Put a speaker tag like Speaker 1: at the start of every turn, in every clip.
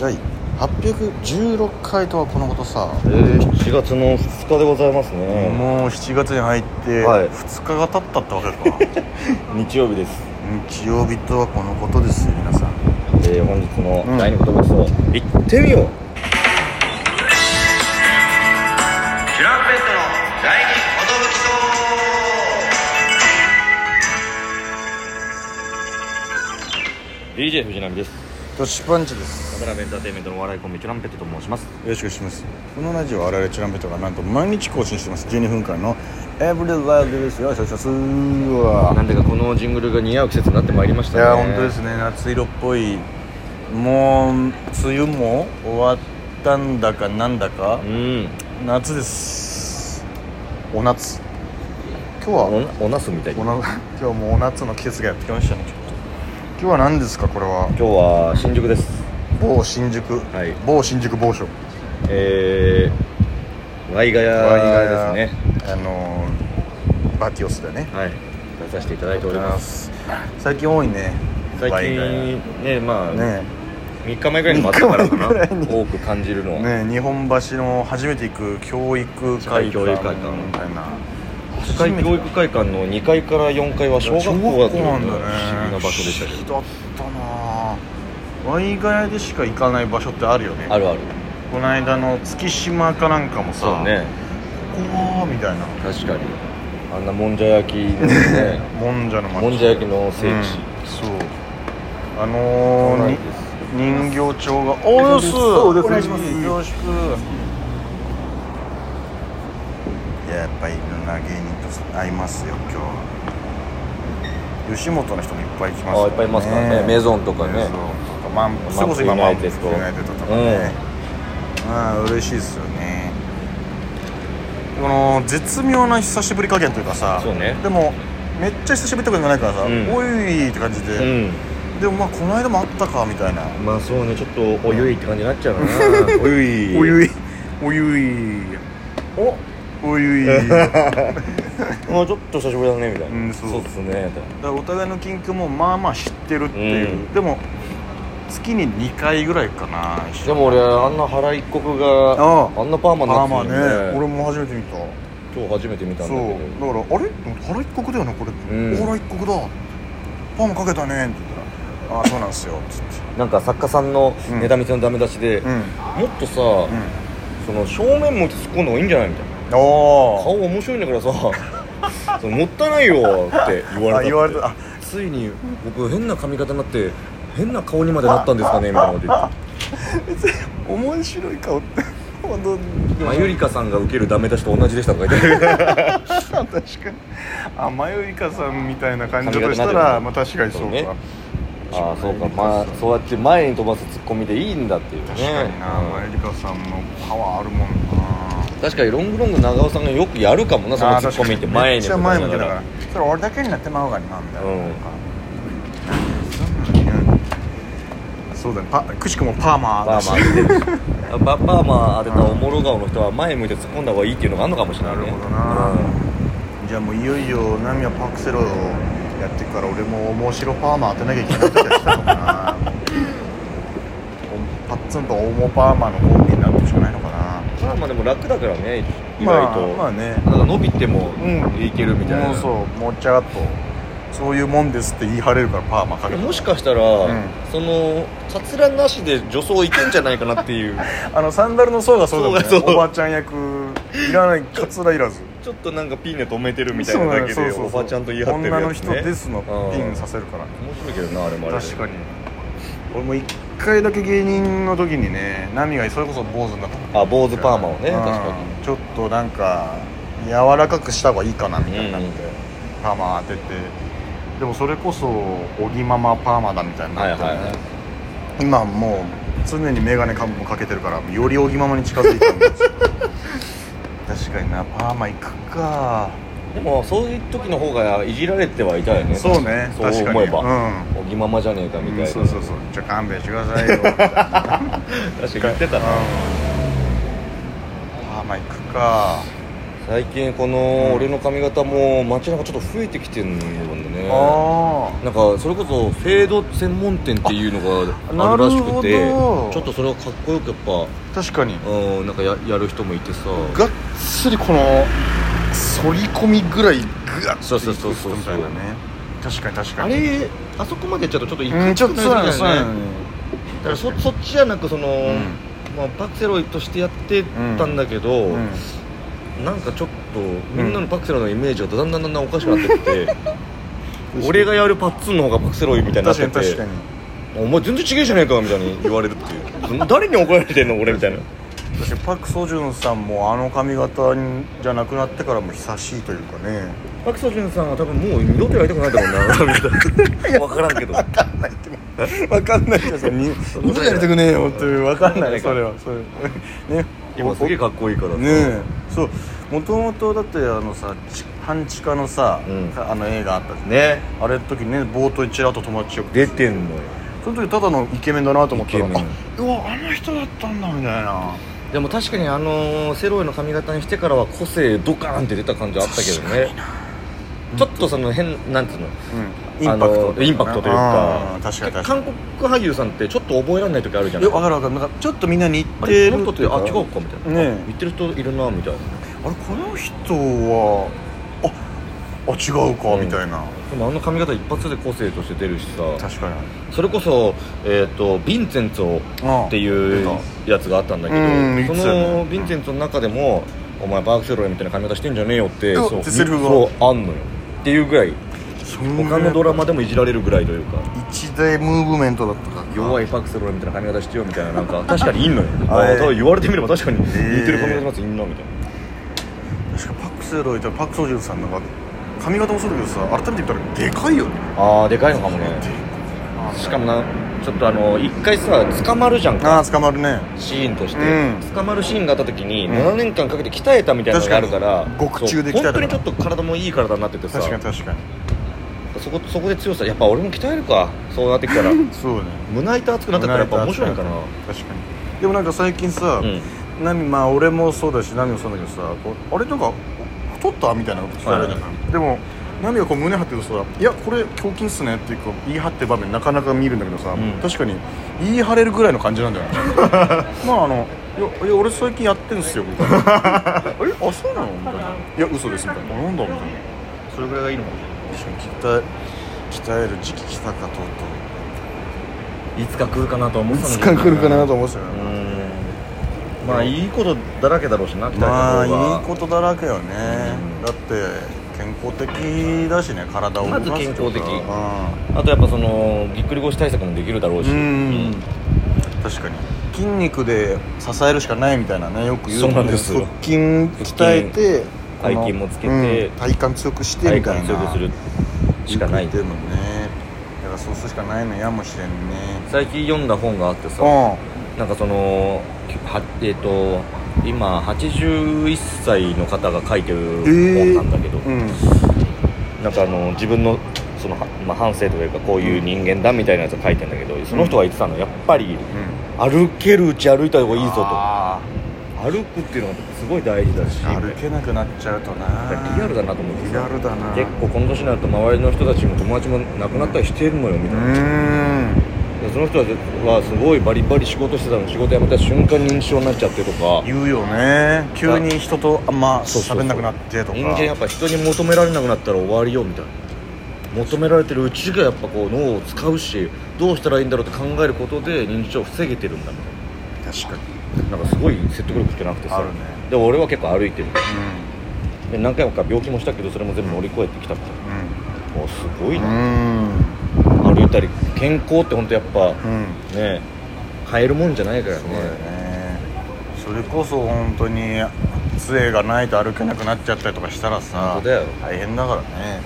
Speaker 1: 第816回とはこのことさ
Speaker 2: えー、7月の2日でございますね、
Speaker 1: もう7月に入って
Speaker 2: はい
Speaker 1: 2日が経ったってわけか
Speaker 2: 日曜日です、
Speaker 1: 日曜日とはこのことですよ皆さん
Speaker 2: えー、本日の
Speaker 1: うん
Speaker 2: 第二言物を行ってみ
Speaker 3: キュランペッ
Speaker 2: よう
Speaker 3: トの第二寿
Speaker 2: DJ 藤波です
Speaker 1: トシパンチです
Speaker 2: カメラメンターテインメントのお笑いコンビチュランペットと申します
Speaker 1: よろしくお願いしますこのラジオはあられチュランペットがなんと毎日更新してます12分間のエブリライブですよよろしくお願いしま
Speaker 2: なんでかこのジングルが似合う季節になってまいりまし
Speaker 1: す
Speaker 2: た
Speaker 1: い
Speaker 2: ね
Speaker 1: や本当ですね夏色っぽいもう梅雨も終わったんだかなんだか
Speaker 2: うん
Speaker 1: 夏ですお夏今日は
Speaker 2: おなおなすみたい
Speaker 1: お
Speaker 2: 今
Speaker 1: な今日はもうお夏の季節がやってきましたね今日は何ですかこれは
Speaker 2: 日は新宿です
Speaker 1: 某新宿、
Speaker 2: はい
Speaker 1: 某新宿某所
Speaker 2: えー、ワイガヤですね
Speaker 1: あのーバティオスでね
Speaker 2: はい出させていただいております
Speaker 1: す最近多いね
Speaker 2: 最
Speaker 1: ワイガヤ
Speaker 2: 近ねまあ
Speaker 1: ね
Speaker 2: 3日前ぐらいにもあったからかな
Speaker 1: 三日前ぐらいに
Speaker 2: 多く感じるのは、
Speaker 1: ね日本橋の初めて行く教育会館
Speaker 2: 教育会館
Speaker 1: みたいな
Speaker 2: 世界教育会館の2階から4階は小学校だった
Speaker 1: な
Speaker 2: よ
Speaker 1: ん
Speaker 2: うな不
Speaker 1: だね
Speaker 2: 思議な場所でしたけど
Speaker 1: 不思議だったなワイガヤでしか行かない場所ってあるよね
Speaker 2: あるある
Speaker 1: この間の月島かなんかもさ
Speaker 2: そうね
Speaker 1: ここみたいな
Speaker 2: 確かにあんなもんじゃ焼き のね
Speaker 1: もんじゃの街
Speaker 2: もんじゃ焼きの聖
Speaker 1: うん
Speaker 2: 地、
Speaker 1: そうあのー、に人形町がおよす
Speaker 2: そうです
Speaker 1: よろしくいややっぱいろんな芸人と会いますよ今日は吉本の人もいっぱい来ます
Speaker 2: あいっぱいいますからねメゾンとかね
Speaker 1: メゾンとかマンそれこそ今マ
Speaker 2: マ
Speaker 1: ン
Speaker 2: ン
Speaker 1: プ
Speaker 2: プ
Speaker 1: ユ
Speaker 2: ユ
Speaker 1: ナイ
Speaker 2: ナ
Speaker 1: テ
Speaker 2: イ
Speaker 1: ッ
Speaker 2: テッ
Speaker 1: ドと
Speaker 2: ドと
Speaker 1: か
Speaker 2: か
Speaker 1: ね、まあ嬉しいですよねこの絶妙な久しぶり加減というかさ
Speaker 2: そうね
Speaker 1: でもめっちゃ久しぶりとかじゃないからさ、
Speaker 2: うん
Speaker 1: おいって感じで、
Speaker 2: うん
Speaker 1: でもまあこの間もあったかみたいな
Speaker 2: まあそうねちょっとおゆいって感じになっちゃうかな おゆい
Speaker 1: お
Speaker 2: い
Speaker 1: ゆいおゆい
Speaker 2: お
Speaker 1: おゆいだか
Speaker 2: まあちょっと久しぶりだねみたいな、
Speaker 1: うんそう
Speaker 2: ですね
Speaker 1: らお互いの近況もまあまあ知ってるっていう、
Speaker 2: うん
Speaker 1: でも月に2回ぐらいかな
Speaker 2: でも俺あんな腹一国が
Speaker 1: ああ
Speaker 2: あんなパーマ
Speaker 1: ま
Speaker 2: にな
Speaker 1: あ
Speaker 2: って
Speaker 1: まあね
Speaker 2: たよ
Speaker 1: 俺
Speaker 2: ね
Speaker 1: も初めて見た
Speaker 2: 今日初めて見たん
Speaker 1: そ
Speaker 2: だ
Speaker 1: う
Speaker 2: けど
Speaker 1: だからあれ腹一国だよねこれ、
Speaker 2: ん
Speaker 1: 腹一国だパーマかけたねって言ったら「ああそうなんすよ」っつって
Speaker 2: なんか作家さんのネタ見せのダメ出しで、
Speaker 1: うんうん
Speaker 2: もっとさ、その正面向いて突っ込んだ方がいいんじゃないみたい
Speaker 1: あ
Speaker 2: な顔面白いんだから さそのもったいないよって言われた
Speaker 1: あ言われたあ
Speaker 2: ついに僕変な髪型になって変な顔にまでなったんですかねみたいなこと言っ
Speaker 1: 面白い顔って本当
Speaker 2: てまゆりかさんが受けるダメ出しと同じでしたとか言って
Speaker 1: 確かにあマヨイカさんみたいな感じだとした
Speaker 2: 髪型になって
Speaker 1: ら、
Speaker 2: る
Speaker 1: まあ、確かにそうか
Speaker 2: そうねああそうかまあそうやって前に飛ばすツッコミでいいんだっていうね
Speaker 1: 確かにな、マ
Speaker 2: う
Speaker 1: ヨ
Speaker 2: ん
Speaker 1: リカさんのパワーあるもんな
Speaker 2: 確かにロングロング長尾さんがよくやるかもなそのツッコミって前
Speaker 1: めっ
Speaker 2: に
Speaker 1: ちゃ前向きだからそれ俺だけになってまうがになんだよ、
Speaker 2: うん
Speaker 1: なんかなんでそんなにうんそうだねパくしくもパーマー
Speaker 2: パ
Speaker 1: だし
Speaker 2: ーマ当てるし パパーマ当てたおもろ顔の人は前向いて突っ込んだ方がいいっていうのがあるのかもしれないね
Speaker 1: なるほどなじゃあもういよいよナミはパクセロをやってくから俺も面白パーマ当てなきゃいけなかったのかなおパッツンとオモパーマのコンビになってほしくないのかな
Speaker 2: うんパーマでも楽だからね意
Speaker 1: まあ
Speaker 2: 外と、
Speaker 1: まあね
Speaker 2: なんか伸びても
Speaker 1: うん
Speaker 2: いけるみたいな、
Speaker 1: もうそうもうちゃっとそういうもんですって言い張れるからパーマかけ
Speaker 2: で
Speaker 1: て
Speaker 2: もしかしたら、
Speaker 1: ん
Speaker 2: そのかつらなしで女装いけんじゃないかなって いう
Speaker 1: あのサンダルの層がそうだもんね
Speaker 2: そうそう
Speaker 1: おばあちゃん役いらないかつらいらず
Speaker 2: ちょっとなんかピンで止めてるみたいなだけ
Speaker 1: そう
Speaker 2: で
Speaker 1: そうそう
Speaker 2: おばちゃんと言い張ってる
Speaker 1: 女の
Speaker 2: やつ、
Speaker 1: 人
Speaker 2: ね、
Speaker 1: ですのピンさ
Speaker 2: せ
Speaker 1: せるから
Speaker 2: 面白いけどなあれもあれで
Speaker 1: 確かに俺も一回だけ芸人の時にねナミがそれこそ坊主になった
Speaker 2: あ坊主パーマをね、確か
Speaker 1: うんちょっとなんか柔らかくした方がいいかなみたいになって、
Speaker 2: うん
Speaker 1: パーマ当ててでもそれこそおぎママパーマだみたいになって、ね
Speaker 2: はいはいはい
Speaker 1: 今もう常に眼鏡かもかけてるからよりおぎママに近づいたん ですよ確かになパーマ行くか
Speaker 2: にでもそういう時の方がいじられてはいたよね
Speaker 1: そうね
Speaker 2: そう
Speaker 1: 確かに
Speaker 2: 思えば、
Speaker 1: う
Speaker 2: おぎままじゃねえかみたい
Speaker 1: う
Speaker 2: な、
Speaker 1: んそうそうそうちょ勘弁してくださいよみたいな
Speaker 2: 確かに言って
Speaker 1: うんパ
Speaker 2: たな
Speaker 1: ーマ行くか
Speaker 2: 最近この俺の髪型も街中ちょっと増えてきてるんだよね
Speaker 1: あ
Speaker 2: なんかそれこそフェード専門店っていうのがあるらしくて
Speaker 1: なるほど
Speaker 2: ちょっとそれをかっこよくやっ
Speaker 1: あ確かに
Speaker 2: ぱうんなんかややる人もいてさ
Speaker 1: がっつりこの反り込みぐらいグワッ
Speaker 2: そう
Speaker 1: て
Speaker 2: そ
Speaker 1: い
Speaker 2: うそう
Speaker 1: く
Speaker 2: そ
Speaker 1: 人
Speaker 2: う
Speaker 1: みたいなね確かに確
Speaker 2: あ
Speaker 1: かに
Speaker 2: れあそこまでやっちゃうとちょっといく
Speaker 1: うんちょっとそうだ
Speaker 2: ない
Speaker 1: ね
Speaker 2: です
Speaker 1: そうだね
Speaker 2: だからそそっちじゃなくその、
Speaker 1: ん
Speaker 2: まあ、パクセロイとしてやってたんだけど、
Speaker 1: うん
Speaker 2: なんかちょっとみんなのパクセロイのイメージがだんだんだんだんおかしくなってって、俺がやるパッツンの方がパクセロイみたいになっ
Speaker 1: 確か
Speaker 2: て
Speaker 1: に
Speaker 2: て
Speaker 1: 確かに
Speaker 2: お前全然違えじゃねえかみたいに言われるって いう誰に怒られてんの俺みたいな
Speaker 1: 確かにパク・ソジュンさんもあの髪型にじゃなくなってからも久しいというかね
Speaker 2: パク・ソジュンさんは多分もう二度とやりたくないだろうな 分からんけど
Speaker 1: 分かんないけどさに二度とやりたくねえよっていう分かんない
Speaker 2: わか
Speaker 1: そ
Speaker 2: ん
Speaker 1: れ
Speaker 2: な
Speaker 1: はそれね
Speaker 2: 今すげえかっこいいからさ
Speaker 1: ねえそうもともとだってあのさち半地下のさ、
Speaker 2: うん
Speaker 1: あの映画あったじゃん
Speaker 2: ね
Speaker 1: あれの時ね冒頭一覧と友達よく
Speaker 2: 出てんのよ
Speaker 1: その時ただのイケメンだなと思ったら
Speaker 2: イケメン
Speaker 1: あうわあの人だったんだみたいな
Speaker 2: でも確かにあのセロイの髪型にしてからは個性ドカーンって出た感じはあったけどねちょっとその変なんていうの
Speaker 1: うんインパクト
Speaker 2: あのインパクトというか
Speaker 1: あー確かに確か
Speaker 2: 韓国俳優さんってちょっと覚えられない時あるじゃ
Speaker 1: にい
Speaker 2: ない
Speaker 1: や分かる分かるなんかちょっとみんな似
Speaker 2: あ
Speaker 1: て
Speaker 2: れ
Speaker 1: る
Speaker 2: この人ってあ違う
Speaker 1: か
Speaker 2: かみたいな、
Speaker 1: ねえ
Speaker 2: 言ってる人いるなみたいな
Speaker 1: あれこの人はああ違うか、
Speaker 2: うん
Speaker 1: みたいな
Speaker 2: でもあの髪型一発で個性として出るしさ
Speaker 1: 確かに
Speaker 2: それこそ、えー、とヴィンセンツォ
Speaker 1: あ
Speaker 2: っていうやつがあったんだけど、
Speaker 1: うん言
Speaker 2: そ
Speaker 1: ってたよ
Speaker 2: の
Speaker 1: ね
Speaker 2: ヴィンセンツォの中でも「お前バークセロイみたいな髪型してんじゃねえよ」って
Speaker 1: うん
Speaker 2: そう
Speaker 1: ってセリフが
Speaker 2: そうあんのよっていうぐらい
Speaker 1: そ
Speaker 2: 他のドラマでもいじられるぐらいというか
Speaker 1: 一大ムーブメントだったから
Speaker 2: 弱
Speaker 1: い
Speaker 2: いパクセロイみたいな髪型してよみたいな なんか確かにいんのよあ
Speaker 1: はい
Speaker 2: あ言われてみれば確かに似て
Speaker 1: ー
Speaker 2: る髪型のやついんなみたい
Speaker 1: 確かパク・セロイとパク・ソジュンさんなんか髪型もそうだけどさ改めて見たらでかいよね
Speaker 2: なあーでかいのかもねしかもなちょっとあの一回さ捕まるじゃん
Speaker 1: あ
Speaker 2: か
Speaker 1: あ捕まるね
Speaker 2: シーンとして、
Speaker 1: うん
Speaker 2: 捕まるシーンがあった時に
Speaker 1: うん
Speaker 2: 7年間かけて鍛えたみたいなのがあるから
Speaker 1: 確かに獄中で鍛え
Speaker 2: そ
Speaker 1: た
Speaker 2: う本当
Speaker 1: か
Speaker 2: に
Speaker 1: ら
Speaker 2: ちょっと体もいい体になっててさ
Speaker 1: 確かに確かに
Speaker 2: そこそこで強さやっぱ俺も鍛えるかそうなってき たら
Speaker 1: そうね
Speaker 2: 胸板熱くなってたらやっぱ面白いんかな
Speaker 1: 確かにでもなんか最近さ、
Speaker 2: うん
Speaker 1: ナミまあ俺もそうだしナミもそうだけどさこうあれなんか太ったみたいなこと聞かれるじゃん、
Speaker 2: は
Speaker 1: でもナミがこう胸張ってるとさ「いやこれ胸筋っすね」ってこう言い張ってる場面なかなか見るんだけどさ、
Speaker 2: ん
Speaker 1: 確かに言い張れるぐらい の感じなんだよねまああのいや「いや俺最近やってんすよ」みた いな「えあそうなの?」みたいな「いや嘘です」みたいな「あなんだ?」みたいな
Speaker 2: それぐらいがいいのか
Speaker 1: 確かに鍛え鍛える時期来た かとうと
Speaker 2: いつか来るかなとは思ってたんだけど
Speaker 1: と思ってたよね
Speaker 2: うーんまあいいことだらけだろうしな鍛えた方
Speaker 1: まあ
Speaker 2: が
Speaker 1: いいことだらけよね、
Speaker 2: うん
Speaker 1: だって健康的だしね体を動かすとか
Speaker 2: まず健康的
Speaker 1: う
Speaker 2: あとやっぱそのぎっくり腰対策もできるだろうし
Speaker 1: ん、
Speaker 2: う
Speaker 1: うん
Speaker 2: ん
Speaker 1: 確かに筋肉で支えるしかないみたいなねよく言うも
Speaker 2: そうなんですよ
Speaker 1: 腹筋鍛えて
Speaker 2: 腹
Speaker 1: この
Speaker 2: 筋背筋もつけて
Speaker 1: うん体幹強くして
Speaker 2: 体
Speaker 1: みたい
Speaker 2: 幹
Speaker 1: な
Speaker 2: 強くするしかない
Speaker 1: よく言ってるもんねだからそうするしかないのやもしれんね
Speaker 2: 最近読んだ本があって
Speaker 1: う
Speaker 2: さ
Speaker 1: ん
Speaker 2: なんかそのはえっ、と今81歳の方が書いてる本なんだけど、
Speaker 1: うん
Speaker 2: なんかあの自分のその、はまあ、反省というかこういう人間だみたいなやつを書いてんだけどその人が言ってたのやっぱり歩けるうち歩いた方がいいぞと
Speaker 1: あ
Speaker 2: 歩くっていうのがすごい大事だし
Speaker 1: ー歩けなくなっちゃうとな
Speaker 2: リアルだなと思って
Speaker 1: リア
Speaker 2: さ
Speaker 1: ルだな
Speaker 2: 結構この年になると周りの人たちも友達も亡くなったりしてるのよみ
Speaker 1: う
Speaker 2: たいな、
Speaker 1: ーん
Speaker 2: でその人たちはすごいバリバリ仕事してたの仕事辞めた瞬間に認知症になっちゃってとか
Speaker 1: 言うよね急に人とあんま
Speaker 2: そうそうそう
Speaker 1: 喋んなくなってとか
Speaker 2: 人間やっぱ人に求められなくなったら終わりよみたいな求められてるうちがやっぱこう脳を使うしどうしたらいいんだろうって考えることで認知症を防げてるんだみた
Speaker 1: 確か
Speaker 2: いななんかすごい説得力ってなくてさ
Speaker 1: あるね
Speaker 2: で俺は結構歩いてる
Speaker 1: に
Speaker 2: で何回もか病気もしたけどそれも全部乗り越えてきたみたいなおすごい
Speaker 1: うんう
Speaker 2: な、
Speaker 1: ん
Speaker 2: 歩いたり健康って本当やっぱ
Speaker 1: うんうん
Speaker 2: ね変えるもんじゃないからね
Speaker 1: そうだよねそれこそ本当に杖がないと歩けなくなっちゃったりとかしたらさ
Speaker 2: 本当だよ
Speaker 1: 大変だからね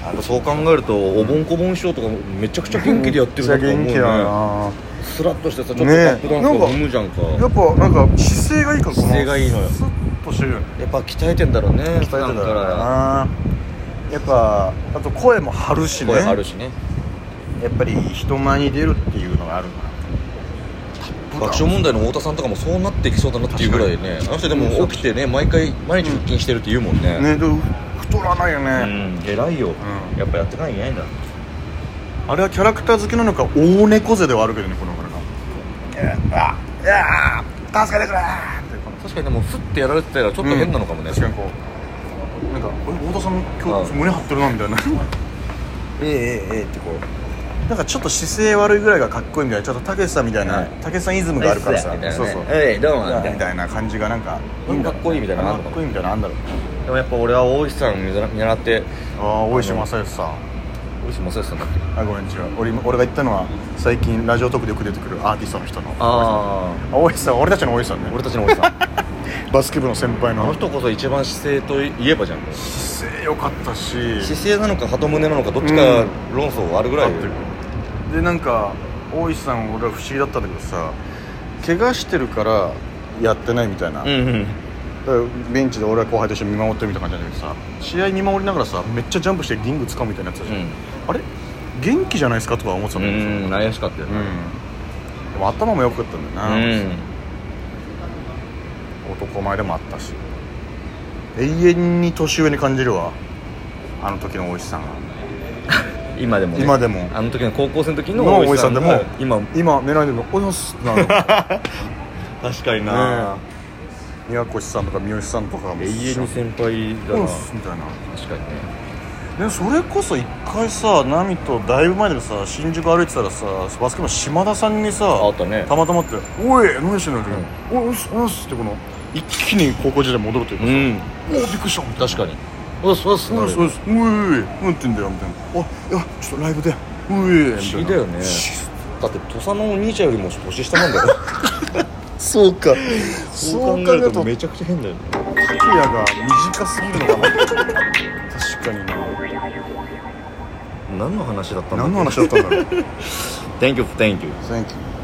Speaker 2: やっぱそう考えるとおぼんこぼん師匠とかもめちゃくちゃ元気でやってる
Speaker 1: め
Speaker 2: な
Speaker 1: っち
Speaker 2: と
Speaker 1: ゃ
Speaker 2: 思う
Speaker 1: 元気
Speaker 2: ね
Speaker 1: だな
Speaker 2: スラッとしてさちょっとア
Speaker 1: ね
Speaker 2: ップダウンと
Speaker 1: なん
Speaker 2: か
Speaker 1: か
Speaker 2: 踏むじゃんか
Speaker 1: やっぱなんか姿勢がいいからこの
Speaker 2: 姿勢がいいのよ
Speaker 1: スッとしてるよね
Speaker 2: やっぱ鍛えてんだろうね
Speaker 1: 鍛えてた
Speaker 2: 普段から
Speaker 1: よなやっぱあと声も張るしね
Speaker 2: 声あるしね
Speaker 1: やっぱり人前に出るっていうのがあるからタップそうだ
Speaker 2: 爆笑問題の太田さんとかもそうなってきそうだなっていうぐらいねあの人でも起きてね毎回毎日腹筋してるって言うもんね
Speaker 1: ねでも太らないよ
Speaker 2: う
Speaker 1: ね、
Speaker 2: ん偉いよ、
Speaker 1: う
Speaker 2: やっぱやってないんやいな
Speaker 1: あれはキャラクター好きなのか大猫背ではあるけどねこの子がうわうわ助けてくれーってこの
Speaker 2: 確かにでもふってやられてたらちょっと
Speaker 1: うん
Speaker 2: 変なのかもね、
Speaker 1: 確かにこうなんか「え太田さん今日
Speaker 2: うん
Speaker 1: 胸張ってるな」みた いなええええええってこうなんかちょっと姿勢悪いぐらいがかっこいいみたいなちょっとたけしさんみたいな
Speaker 2: はい
Speaker 1: たけしさんイズムがあるからさ
Speaker 2: みたいなね
Speaker 1: そうそう
Speaker 2: えいどうもみたいな
Speaker 1: みたいな感じがなんか
Speaker 2: うんかっこいいみたいなのあ
Speaker 1: か
Speaker 2: ん
Speaker 1: っ
Speaker 2: のかな
Speaker 1: こいいみたいなのあんだろう
Speaker 2: でもやっぱ俺は大石さん見習見習って
Speaker 1: ああ大石正義さん
Speaker 2: 大石正義さんだっけ
Speaker 1: あごめん違う俺今俺が言ったのは最近ラジオトークでよく出てくるアーティストの人の
Speaker 2: あ
Speaker 1: あ大石さん俺たちの大石さんね
Speaker 2: 俺たちの大石 さん
Speaker 1: バスケ部の先輩
Speaker 2: あの
Speaker 1: の
Speaker 2: 人こそ一番姿勢といえばじゃん
Speaker 1: 姿勢良かったし
Speaker 2: 姿勢なのか鳩胸なのかどっちか
Speaker 1: うん
Speaker 2: 論争あるぐらい、
Speaker 1: 合ってるでなんか大石さん俺は不思議だったんだけどさ怪我してるからやってないみたいな、
Speaker 2: うんうん
Speaker 1: だからベンチで俺は後輩として見守ってるみたいな感じなんだけどさ試合見守りながらさめっちゃジャンプしてリング掴むみたいなやつだじゃん、
Speaker 2: うん
Speaker 1: あれ元気じゃないですかとか思ってた
Speaker 2: う
Speaker 1: だけど
Speaker 2: ん
Speaker 1: さ
Speaker 2: ん悩しかったよ
Speaker 1: うん
Speaker 2: ね
Speaker 1: でも頭も良かったんだ
Speaker 2: う
Speaker 1: よな、
Speaker 2: ん
Speaker 1: 男前でもあったし永遠に年上に感じるわあの時の大石さんが
Speaker 2: 今でも、ね、
Speaker 1: 今でも
Speaker 2: あの時の高校生の時の
Speaker 1: の
Speaker 2: 大
Speaker 1: 大
Speaker 2: 石
Speaker 1: 石さ
Speaker 2: さ
Speaker 1: ん
Speaker 2: ん
Speaker 1: で
Speaker 2: で
Speaker 1: も
Speaker 2: も今
Speaker 1: 今目の前でも「おはようございます」なる
Speaker 2: 確かに
Speaker 1: な宮越さんとか三好さんとかも
Speaker 2: 永遠に先輩だ
Speaker 1: う
Speaker 2: な、
Speaker 1: んすみたいな
Speaker 2: 確かにね
Speaker 1: でそれこそ一回さナミとだいぶ前だけどさ新宿歩いてたらさバスケ部の島田さんにさ
Speaker 2: あったね
Speaker 1: またまって「おい何してんだよ」って「おいおいおい」ってこの一気に高校時代戻るというかさ
Speaker 2: う
Speaker 1: 「
Speaker 2: ん
Speaker 1: おおびっくりした」みたいな
Speaker 2: 確かにおっすおっす
Speaker 1: う
Speaker 2: な
Speaker 1: っ
Speaker 2: る
Speaker 1: そうですういうんってんだよみたいなあいやちょっとライブでういみ
Speaker 2: 不
Speaker 1: た
Speaker 2: 思
Speaker 1: い
Speaker 2: 議
Speaker 1: な
Speaker 2: だよねだって土佐のお兄ちゃんよりも年下なんだ よ
Speaker 1: そうかそう考えると
Speaker 2: ちゃくちゃ変だよね
Speaker 1: キアが短すぎるのかな確かにな
Speaker 2: 何の話だったんだ
Speaker 1: 何の話だったんだろう
Speaker 2: Thank you thank you
Speaker 1: Thank you